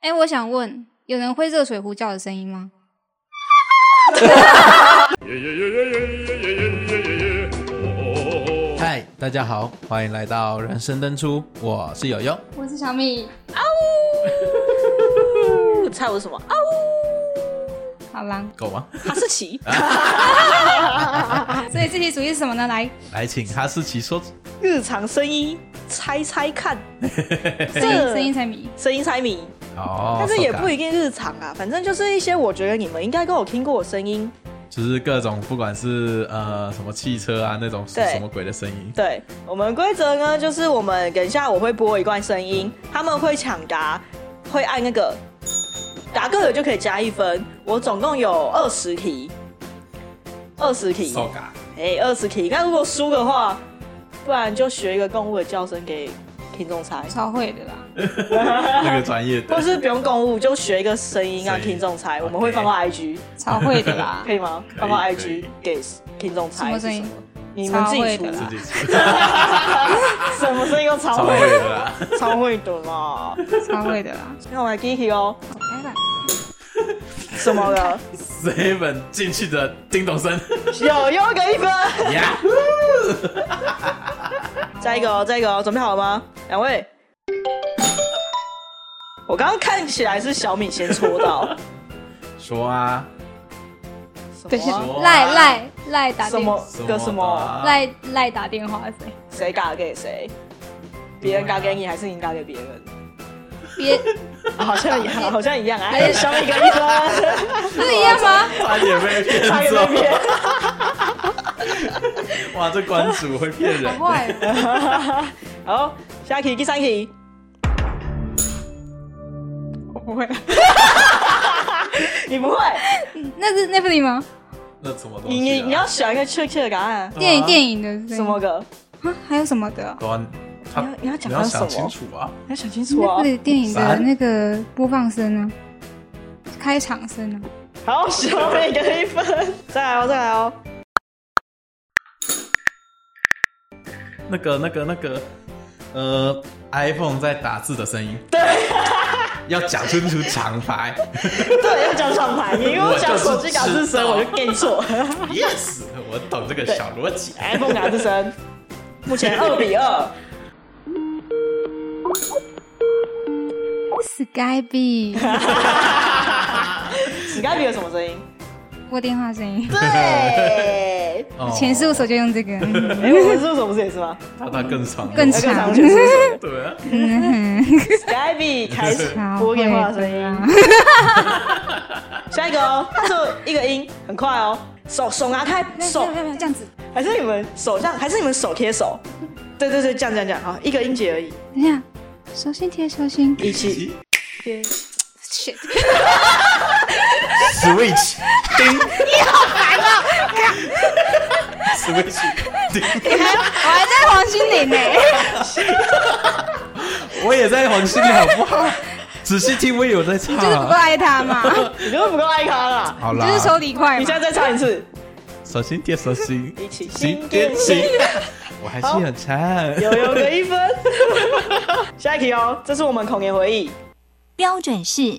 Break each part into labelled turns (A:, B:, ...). A: 哎、我想问，有人会热水壶叫的声音吗？
B: 嗨，大家好，欢迎来到人生登出，我是友友。
A: 我是小米。
C: 不猜我是什么啊？
A: 好啦，
B: 够吗？
C: 哈士奇，
A: 所以这题主题是什么呢？来，
B: 来，请哈士奇说。
C: 日常声音猜猜看，
A: 声音声音猜谜。
C: 声音猜谜，
B: 哦，
C: 但是也不
B: 一，
C: 一定日常啊，反正就是一些我觉得你们应该都有听过的声音。
B: 就是各种不管是呃什么汽车啊那种是
C: 对
B: 什么鬼的声音，
C: 对我们规则呢，就是我们等一下我会播一段声音，他们会抢答，会按那个答对了就可以加一分。我总共有二十题，二十题，
B: 手嘎，
C: 哎，二十题。那如果输的话，不然就学一个动物的叫声给听众猜。
A: 超会的啦，
B: 那个专业的
C: 或是不用公务，就学一个声音让
B: 声音
C: 听众猜，
B: OK
C: 我们会放到 IG，
A: 超会的 啦
C: 可。以吗？
B: 以
C: 放到
B: 可
C: IG
B: 以
C: 给听众猜
A: 什么
C: 是
A: 声音
C: 什么？你们自己出
A: 超会的啦
B: 自己出
C: 什么声音都超
B: 超
C: 会
B: 会的啦。
C: 超会的嘛。
A: 超会的啦。
C: 那我来第一题哦，
A: 好开吧
C: 什么了？
B: seven 进去的叮咚 声
C: 有又给一分，
B: 呀，
C: 再一个哦，再一个哦，准备好了吗？两位，我刚刚看起来是小米先戳 到，
B: 说啊，
C: 什
A: 对
C: 么啊
B: 哇
A: 赖赖赖打
C: 什
A: 电
C: 么个什么？
B: 啊，
A: 赖赖打电话是谁？
C: 谁打给谁？别人打给你还是你打给别人？
A: 别
C: 好像一样，好像一样啊！哎，小米给一 分。
A: 不是一样吗？
B: 差点被骗哦
C: 差点被
B: 走，
C: 骗。
B: 哇，这馆主会骗人
A: 好坏哦，
C: 好，下一题，第三题，
A: 我不会。
C: 你不会，
A: 那是 Netflix 吗？
B: 那什么东西
C: 你
B: 啊？
C: 你你要选一个确切的答案啊，
A: 电影
B: 影
A: 电影的声
C: 什么
A: 音
C: 个？
A: 啊？还有什么 的？
B: 对啊，他
C: 你要你要讲
B: 你要
C: 到什
B: 想
C: 么
B: 清楚啊。
C: 你要想清楚哦。
A: Netflix 电影
B: 啥
A: 的那个播放声呢？开场声呢？
C: 好，小美给一分。 再来哦，再来哦。
B: 那个、那个、那个，呃，iPhone 在打字的声音。对， 要讲清楚厂牌。
C: 对，要讲厂牌，你如果讲手机打字声，
B: 我
C: 我
B: 就
C: 就是 get 错。
B: yes，我懂这个小逻辑。
C: iPhone 打字声，目前二比二。
A: Skype
C: 史盖比有什么声音？
A: 拨电话声音。
C: 对。
B: 哦
A: 前事务所就用这个，嗯
C: 哎，我们是什么事也是吗？
B: 他他更爽，
A: 更
C: 那个
A: 长
C: 长裙是不是
B: 对啊，
C: 史盖比 开始
A: 嗯好
C: 播电话
A: 会
C: 的声音。
A: 的。
C: 下一个哦，它只有一个音，很快哦。手手拿开，手
A: 啊没有没有这样子，
C: 还是你们手这样，还是你们手贴手？对对对，这样这样这样，好，一个音节而已，
A: 等一下，手心贴手心。
C: 一起贴。
A: shit，
B: Switch，叮，你好烦啊！Switch，叮，
A: 我还在黄心凌 呢。
B: 我也在黄心里，好不好？仔细听，我也有在唱
A: 就是不够
B: 啊。
A: 爱他嘛，
C: 你就是不够爱他啦。
B: 好啦
A: 就，是手底快
C: 你
A: 嘛
C: 现。在再唱一次，
B: 手心贴手心，
C: 一起
B: 心贴心，我还是很惨。
C: 有有得一分。下一题哦，这是我们童年回忆，
D: 标准是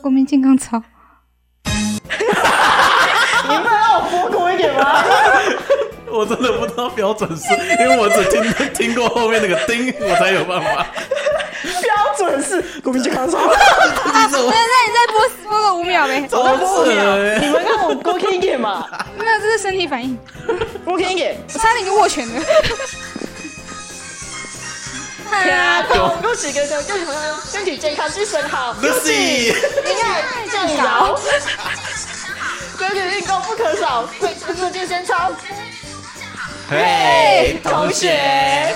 A: 国民健康操，
C: 你们让我播过一点吗？
B: 我真的不知道标准是，因为我只听听过后面那个叮，我才有办法。
C: 标准是国民健康操，
B: 你怎么
A: 那那你再播播个五秒呗。
C: 我再播五秒
B: 扯，
C: 啊你们让我多听一点嘛，
A: 那这是身体反应，
C: 多听一 点。
A: 我差点就握拳 了。
C: 啊，恭恭喜哥哥，恭喜朋友们，身体健康，精神好，
B: ？Lucy，
C: 你看健劳，规律运动不可少，会出入健身操。
B: 嘿，
C: 同 学，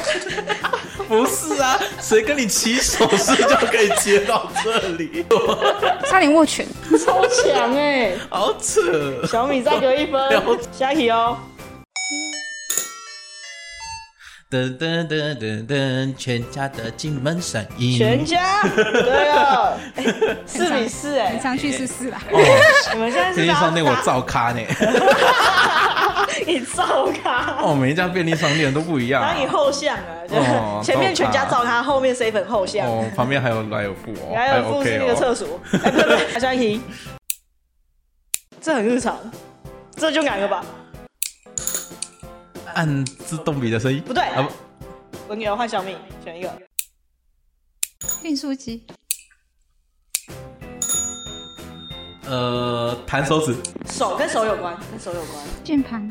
B: 不是啊，谁跟你起手势就可以接到这里？
A: 差点握拳，
C: 超强哎！
B: 好扯，
C: 小米再得一分，下一题哦。
B: 噔噔噔噔噔，全家的进门声音，
C: 全家，对 了，哎四比四
A: 你
C: 哎！
A: 上去试试啦。
B: 哦，
C: 你们现在
B: 天
C: 是
B: 天
C: 打
B: 上那我照咖呢，
C: 你照他，
B: 哦，每一家便利商店都不一样啊、
C: 然后你后巷啊，就
B: 哦
C: 前面全家
B: 照
C: 照他，后面 C 粉后巷。
B: 哦，旁边还有莱尔富哦，
C: 还有附
B: OK
C: 近那个
B: 哦。
C: 厕所，哎，不对，不对 下一题，这很日常，这就难了吧？
B: 按自动笔的声音，
C: 不对
B: 啊，
C: 文友换小米，选一个。
A: 订书机，
B: 不呃，弹手指，
C: 手跟手有关，跟手有关，
A: 键盘，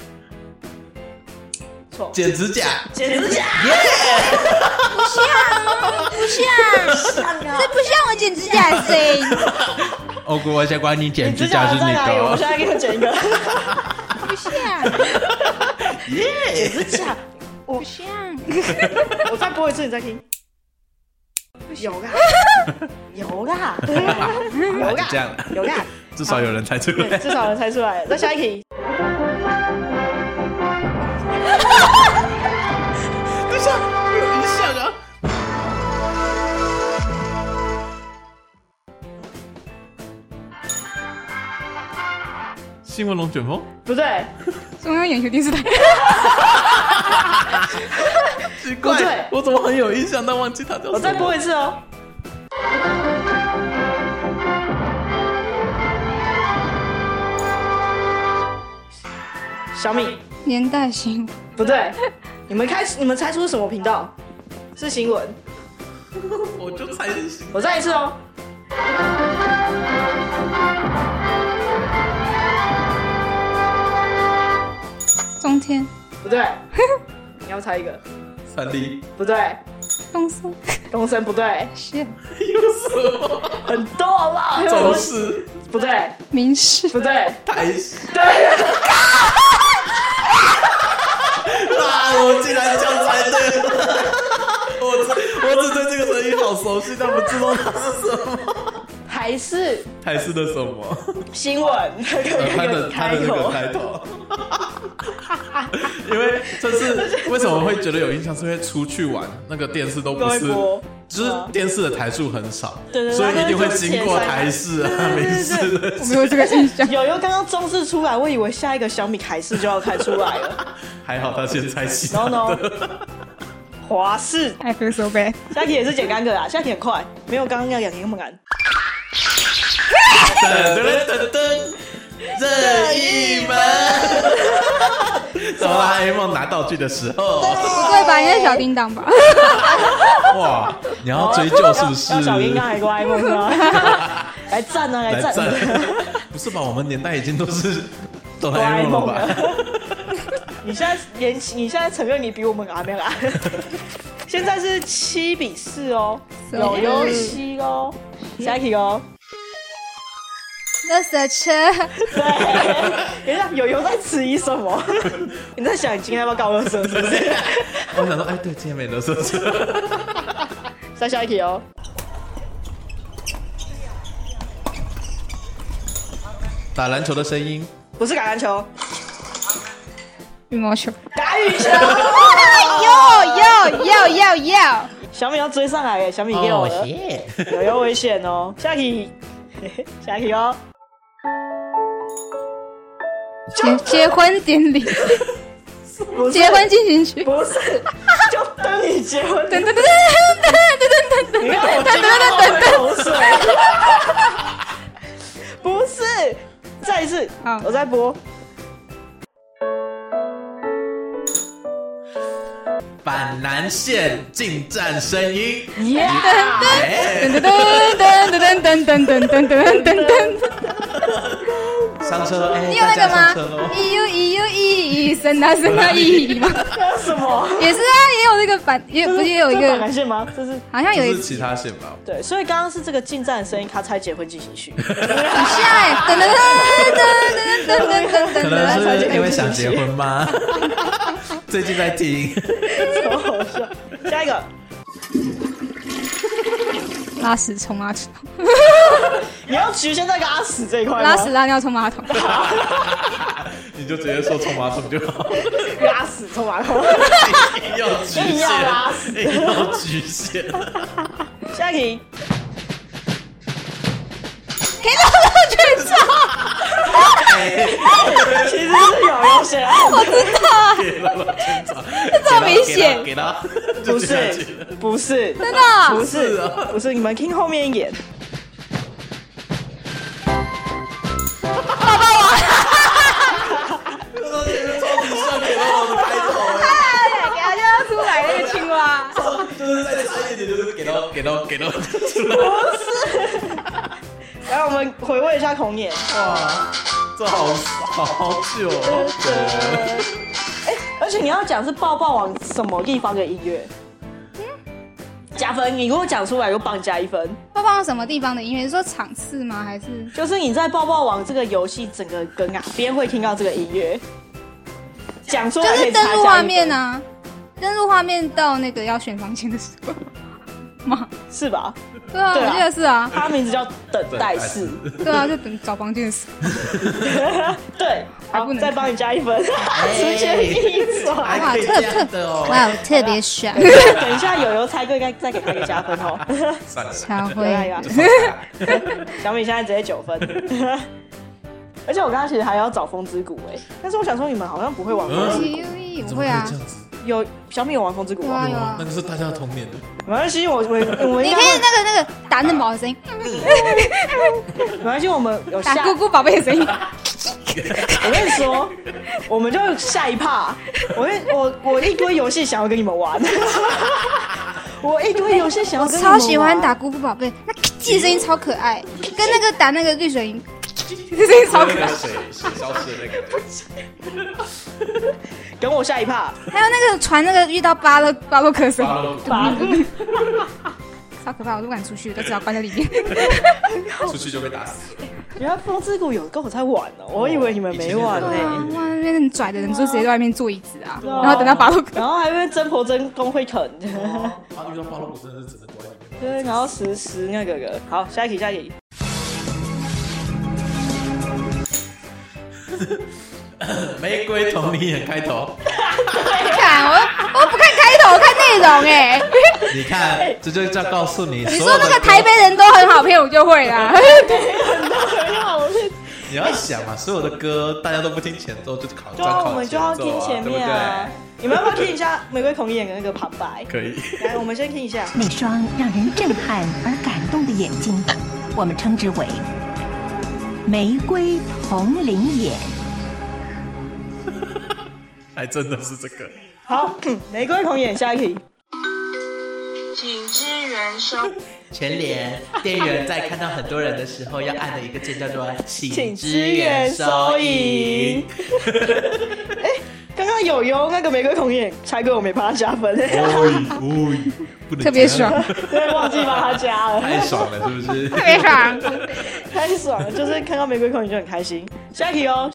C: 错。
B: 剪指甲，
C: 剪指甲，
A: 不像，这不像我剪指甲的声音，
B: 哦，我想管你剪指
C: 指
B: 甲
C: 甲
B: 是
C: 在
B: 你
C: 哪里？
B: 的
C: 我
B: 哦，
C: 现在给你剪 一个。
A: 不像，
B: 耶，
C: 指甲，
A: 不像，
C: 我再播一次，你再听。有啦， 有 啦，有
B: 就这
C: 啦，
B: 样了，
C: 有啦，
B: 至少有人猜出
C: 对，
B: 来。
C: 至少能猜 出来了。那下一题，
B: 等一下，没有影响啊。新闻龙卷风，
C: 不对，
A: 中央眼球电视台，
B: 奇
C: 不对
B: 怪，我怎么很有印象，但忘记它叫什么？
C: 我再播一次哦。小米，
A: 年代新闻，
C: 不对，你们开始，你们猜出是什么频道？是新闻。
B: 我就猜是新闻。
C: 我再一次哦。
A: 中天，
C: 不 对，你要猜一个，
B: 三 D
C: 不对，
A: 东森，
C: 东森不对，
A: 谢，
B: 有什么？
C: 很多了，
B: 走势、
C: 不对，
A: 明视，
C: 不对，
B: 台式。
C: 对，
B: 啊！我竟然这样猜对 了，我只我只对这个声音好熟悉，但不知道它是什么。
C: 还是
B: 台式的什么？
C: 新闻，
B: 呃他的他
C: 开
B: 的那个
C: 口，
B: 开头。因为这是为什么会觉得有印象，是因为出去玩那个电视都不
C: 都会
B: 是，
C: 播
B: 就是电视的台数很少，
C: 对对对
B: 所以一定会经过台视啊，
C: 对
B: 没
C: 对对
B: 事的。
A: 我没有这个印象，
C: 有有，刚刚中视出来，我以为下一个小米台式就要开出来 了
B: 还好他现在起
C: ，no
B: 来
C: no，华视，
A: I feel so bad，
C: 下一题也是简单的啦，啊下一题很快，没有刚刚那两题那么难。
B: 噔噔噔噔，任意门。哆啦 A 梦拿道具的时候，
A: 不对吧？应该是小叮当吧？
B: 哇！你要哦追究是不是？
C: 哦要小叮当还是 iPhone 是吗？来赞啊，来
B: 来
C: 赞！
B: 赞！不是吧？我们年代已经都是哆
C: 哆啦
B: 啦
C: A
B: A 梦
C: 梦
B: 了吧？
C: 你现在连你现在承认你比我们还没 来，现在是七比四哦，
A: 是
C: 有优七哦，下一题哦。
A: 垃圾车，
C: 对，等一下，友友在迟疑什 么？你在想你今天要不要告二生是不是？
B: 我想说，哎，对，今天没得说是
C: 再下一题哦。
B: 打篮球的声音，
C: 不是橄榄球，
A: 羽毛球，
C: 打羽球。
A: 哟哟哟哟哟，
C: 小米要追上来耶，小米给我了，
B: 耶！
C: 友友危险哦。下一 题，下一题哦。
A: 结结婚典礼，
C: 不是
A: 结婚进行曲，
C: 不是， 就等你结婚。
A: 噔噔噔噔噔噔噔
C: 你
A: 噔
C: 看我
A: 噔噔
C: 今天
A: 噔噔噔，
C: 口水。不是，再一次
A: 好，
C: 我再播。
B: 板南线进站声音，
C: 耶！
B: 哎，
A: 噔噔噔噔噔噔噔噔噔噔噔噔，
B: 上车喽！哎，
A: 你有
B: 大
A: 那
B: 家
A: 个
B: 上车喽
A: 吗？一 u 一 u 一一三啊三啊一吗？
C: 这是什么？
A: 也是啊，也有这个版，也
C: 这
A: 不
C: 是
A: 是也有一
C: 这是马
A: 个，
C: 来线吗？这是
A: 好像有
B: 这
A: 一
B: 是
A: 个
B: 其他线吧？
C: 对，所以刚刚是这个进站的声音，他猜结婚进行曲。
A: 下哎，噔噔噔噔噔噔噔
B: 可
A: 噔噔，
B: 能是因为想结婚吗？最近在听，
C: 超好笑。下一个，
A: 拉屎冲马桶，
C: 你要局限在个阿屎这一块吗
A: 拉屎拉尿冲马桶，
B: 你就直接说冲马桶就好，
C: 拉屎冲马桶。
B: 要局
C: 硬要拉死
B: 限，硬要局限。
C: 下一题，
A: 黑到乐去操，
C: 其实是有优先啊，
B: 给了老千草，这
A: 么明显
B: 给了，
C: 不是，不是，
A: 真的
C: 不是，不是，你们听后面一点。
B: 这东西是超级像给了我的开头哎。
A: 他就要出来那个青蛙，
B: 就是再深一点，就是给到给到给到出来，
C: 来，我们回味一下童年。
B: 哇，这好好久哦。
C: 而且你要讲是抱抱网什么地方的音乐，加分。你如果讲出来，就帮加一分。
A: 它放到什么地方的音乐？你说场次吗？还是
C: 就是你在抱抱网这个游戏整个跟啊，别人会听到这个音乐，讲出
A: 就
C: 来可
A: 是
C: 以差
A: 登录画面
C: 呢、
A: 啊？登录画面到那个要选房间的时候吗？
C: 是吧？
A: 对啊，
C: 对啊
A: 我记得是啊，
C: 它名字叫等待室，
A: 对啊，就等找房间的时候。
C: 对，
A: 还
C: 好
A: 不，能
C: 再帮你加一分， 直接一转。
B: 还可以这样的哦，
A: 哇，特别爽，
C: 等一下，友友猜对，该再给他一个加分哦。
B: 算了，
A: 超
C: 有啦有
A: 会
C: 啦，小米现在直接九分。 而且我刚刚其实还要找风之谷哎、但是我想说你们好像不会玩风之谷，
A: ，TV 我会啊，
B: 这样子，
C: 有小米有玩风之谷
A: 有
C: 吗
A: 啊？有啊
B: 那。个是大家的童年的，
C: 没关系，我 我我们
A: 你
C: 应
A: 可以那个
C: 该
A: 那个打嫩宝的声音，
C: 没关系，我们有
A: 打
C: 下。
A: 咕咕宝贝的声音，
C: 我跟你说，我们就下一趴。我跟我我一堆游戏想要跟你们玩， 我一堆游戏想要
A: 我
C: 跟你
A: 超
C: 们玩。
A: 喜欢打。咕咕宝贝，那叽叽的声音超可爱，跟那个打那个绿水 银，这声音超可
B: 那
A: 爱。
B: 个水水消失的那个，
C: 跟我下 一趴。
A: 还有那个传那个遇到巴洛巴洛克声音，
C: 八
A: 超可怕，我都不敢出去，都只好关在里 面。
B: 出去就被打死。
C: 原来风之谷有跟我在玩哦，我以为你们没玩呢、
A: 对啊，哇，那边很拽的人就直接在外面坐椅子啊，
C: 啊
A: 然后等到巴洛 克。
C: 然后还会真婆真公会啃，
B: 啊，遇到暴龙，我真的是只能躲在里面。
C: 对，然后实时那个个。好，下一题，下一题。
B: 玫瑰童林也开头，
A: 看我，我不看开头，我看内容哎、
B: 你看，这就叫告诉你，
A: 你说那个台北，人都很好骗，我就会 啦。
C: 很好，我是
B: 你要想嘛，所有的歌大家都不听前奏，就考
C: 对啊，
B: 专
C: 我
B: 考
C: 们就要听前面啊。你们要不要听一下玫瑰童演的那个旁白？
B: 可以，
C: 来，我们先听一下。
D: 那双让人震撼而感动的眼睛，我们称之为玫瑰铜铃眼。
B: 还真的是这 个。
C: 好，玫瑰童演下一题。
E: 请支援收
F: 全联店员在看到很多人的时候，要按的一个键叫做“
C: 请
F: 请
C: 支
F: 支
C: 援
F: 援
C: 收
F: 收
C: 银哎
F: 银”。
C: 刚刚有优那个玫瑰童演猜歌，我没帮他加分，
B: 哦不能
A: 特别爽，
C: 对，忘记帮他加了，
B: 太爽了，是不是？
A: 特别爽，
C: 太爽了！就是看到玫瑰童演就很开心。下一题哦，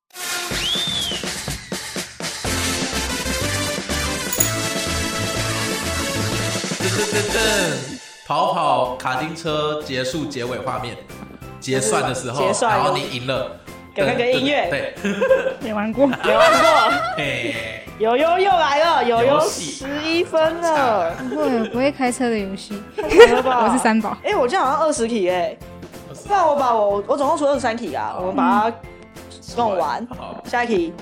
B: 噔噔噔噔， 跑跑卡丁车结束结尾画面，结算的时候，
C: 结算
B: 然后你赢了，
C: 给那个
B: 噔噔
C: 音乐
B: 对，
A: 没玩过。
C: 没玩过，
B: 嘿，
C: 有优又来了，有优
B: 游戏
C: 十一分了。
A: 不会，不会开车的游戏，
C: 了吧
A: 我是三宝。
C: 哎、我这样好像二十题哎、不然我把我我总共出二十三题啊，我们把它弄完。
B: 好
C: 下一题，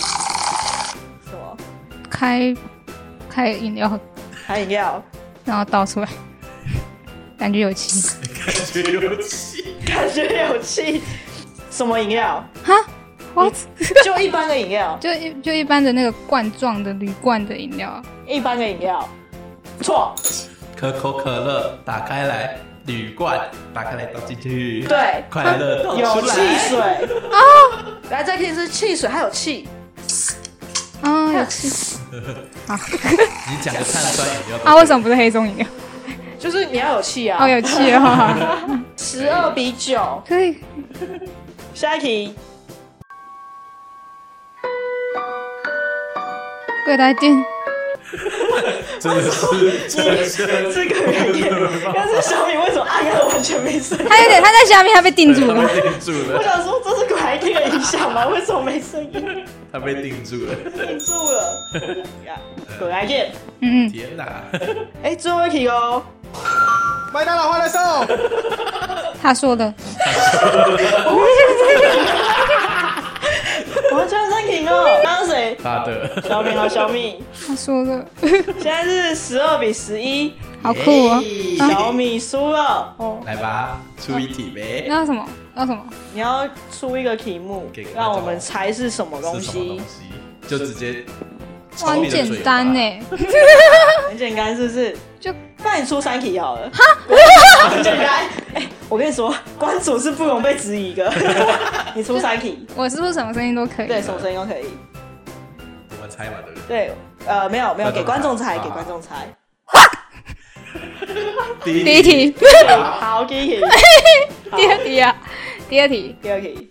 C: 什么？
A: 开开饮料，
C: 含饮料？
A: 然后倒出来， 感觉有气。
B: 感觉有戏。
C: 感觉有气。什么饮料？
A: 哈，what？
C: 就一般的饮料，
A: 就一就一般的那个罐装的铝罐的饮料啊，
C: 一般的饮料。错，
B: 可口可乐打开来，铝罐打开来倒进去，
C: 对
B: 快乐倒
C: 有
B: 出
C: 汽
B: 来，
C: 水。哦，来再听是汽水，还有气。
A: 啊，有气
B: 你讲个碳酸饮料吧
A: 啊？为什么不是黑棕饮料？
C: 就是你要有气
A: 哦，
C: 啊，
A: 有气啊！
C: 十二比九。
A: 可以，
C: 下一题，
A: 柜台店
B: 真的是，真的是，
C: 这个概念，但是小米为什么按压完全没声音？
A: 他有点，他在下面他被定住
B: 他
A: 了。
B: 被定住
C: 我
B: 了，
C: 想说这是拐听的影响吗？为什么没声音？
B: 他被定住了，
C: 定住了。呀，果然见。
A: 嗯嗯，
B: 天哪！
C: 哎，最后一题哦。
G: 麦当劳欢乐颂，
A: 嗯他说的，
C: 我叫 Ranking 哦，刚刚谁？
B: 大的，
C: 小米和小米，
A: 他说的，
C: 现在是十二比十一，
A: 好酷哦！
C: 小米输了。哦，
B: 来吧，出一题呗。
A: 那什么？那什么？
C: 你要出一个题目
B: 给，
C: 让我们猜是什么东
B: 是什么
C: 西
B: 东。西？就直接
A: 哇，很简单欸呢、
C: 很简单，是不是？
A: 就
C: 那你出三题好了。很简单。 哎，我跟你说，关主是不容被质疑的。 你出三题，
A: 我是不是什么声音都可以？
C: 对，什么声音都可以。
B: 我们猜嘛，对不对？
C: 对，呃，没有没有，
B: 观众
C: 给观众猜，
B: 猜
C: 给
B: 好
C: 观众猜。
B: 第
A: 第一题，
C: 好，第一题，好
A: 第二题啊，第二题，
C: 第二题。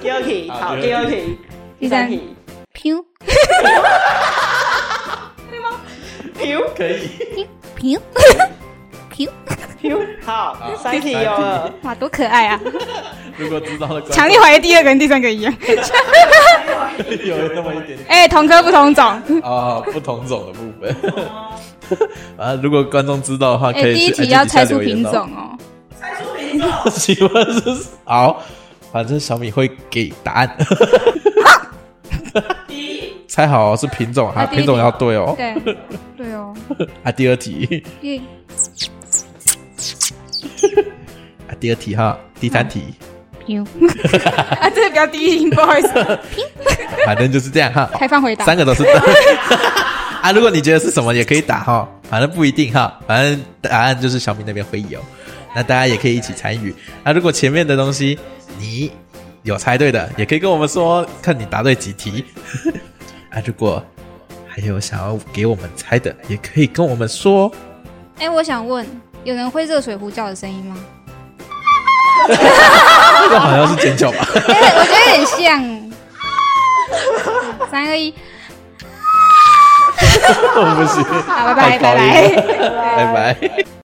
C: 第二题，好，第
B: 第
C: 二
B: 二
C: 题，
A: 第三
C: 题，
A: 飘
C: 丢
B: 可以，
A: 飘飘，
C: 丢，好，三题有了，
A: 哇，多可爱啊！
B: 如果知道的观众
A: 强烈怀疑第二个跟第三个一样。
B: 有那么一点点
A: 哎、同科不同种。
B: 哦，不同种的部分。 啊，如果观众知道的话，
A: 哎、
B: 可以
A: 第一
B: 去
A: 题要猜出。
B: 哎
A: 品
B: 底下留
A: 种
B: 言
A: 哦。
B: 哦请问是好？反正小米会给答案。 猜好哦是品种
A: 啊
B: 哈，
A: 第一题
B: 品种要对哦。
A: 对， 对哦。
B: 啊，第二题，
A: 耶，
B: 啊，第二题哈，第三题，
A: 飘啊，这个比较低音，不好意思。
B: 反正就是这样哈。
A: 开放回答
B: 三个都是 啊。如果你觉得是什么，也可以打哈，反正不一定哈，反正答案就是小明那边会有，那大家也可以一起参与。那、如果前面的东西你有猜对的，也可以跟我们说，看你答对几题。 啊，如果还有想要给我们猜的，也可以跟我们说。
A: 哎、我想问，有人会热水壶叫的声音吗？
B: 这个好像是尖叫吧？
A: 哎、我觉得有点像。 三二一，
B: 我不行，
A: 好，拜拜
B: 太高
A: 拜
B: 音
A: 拜。
B: 了拜拜。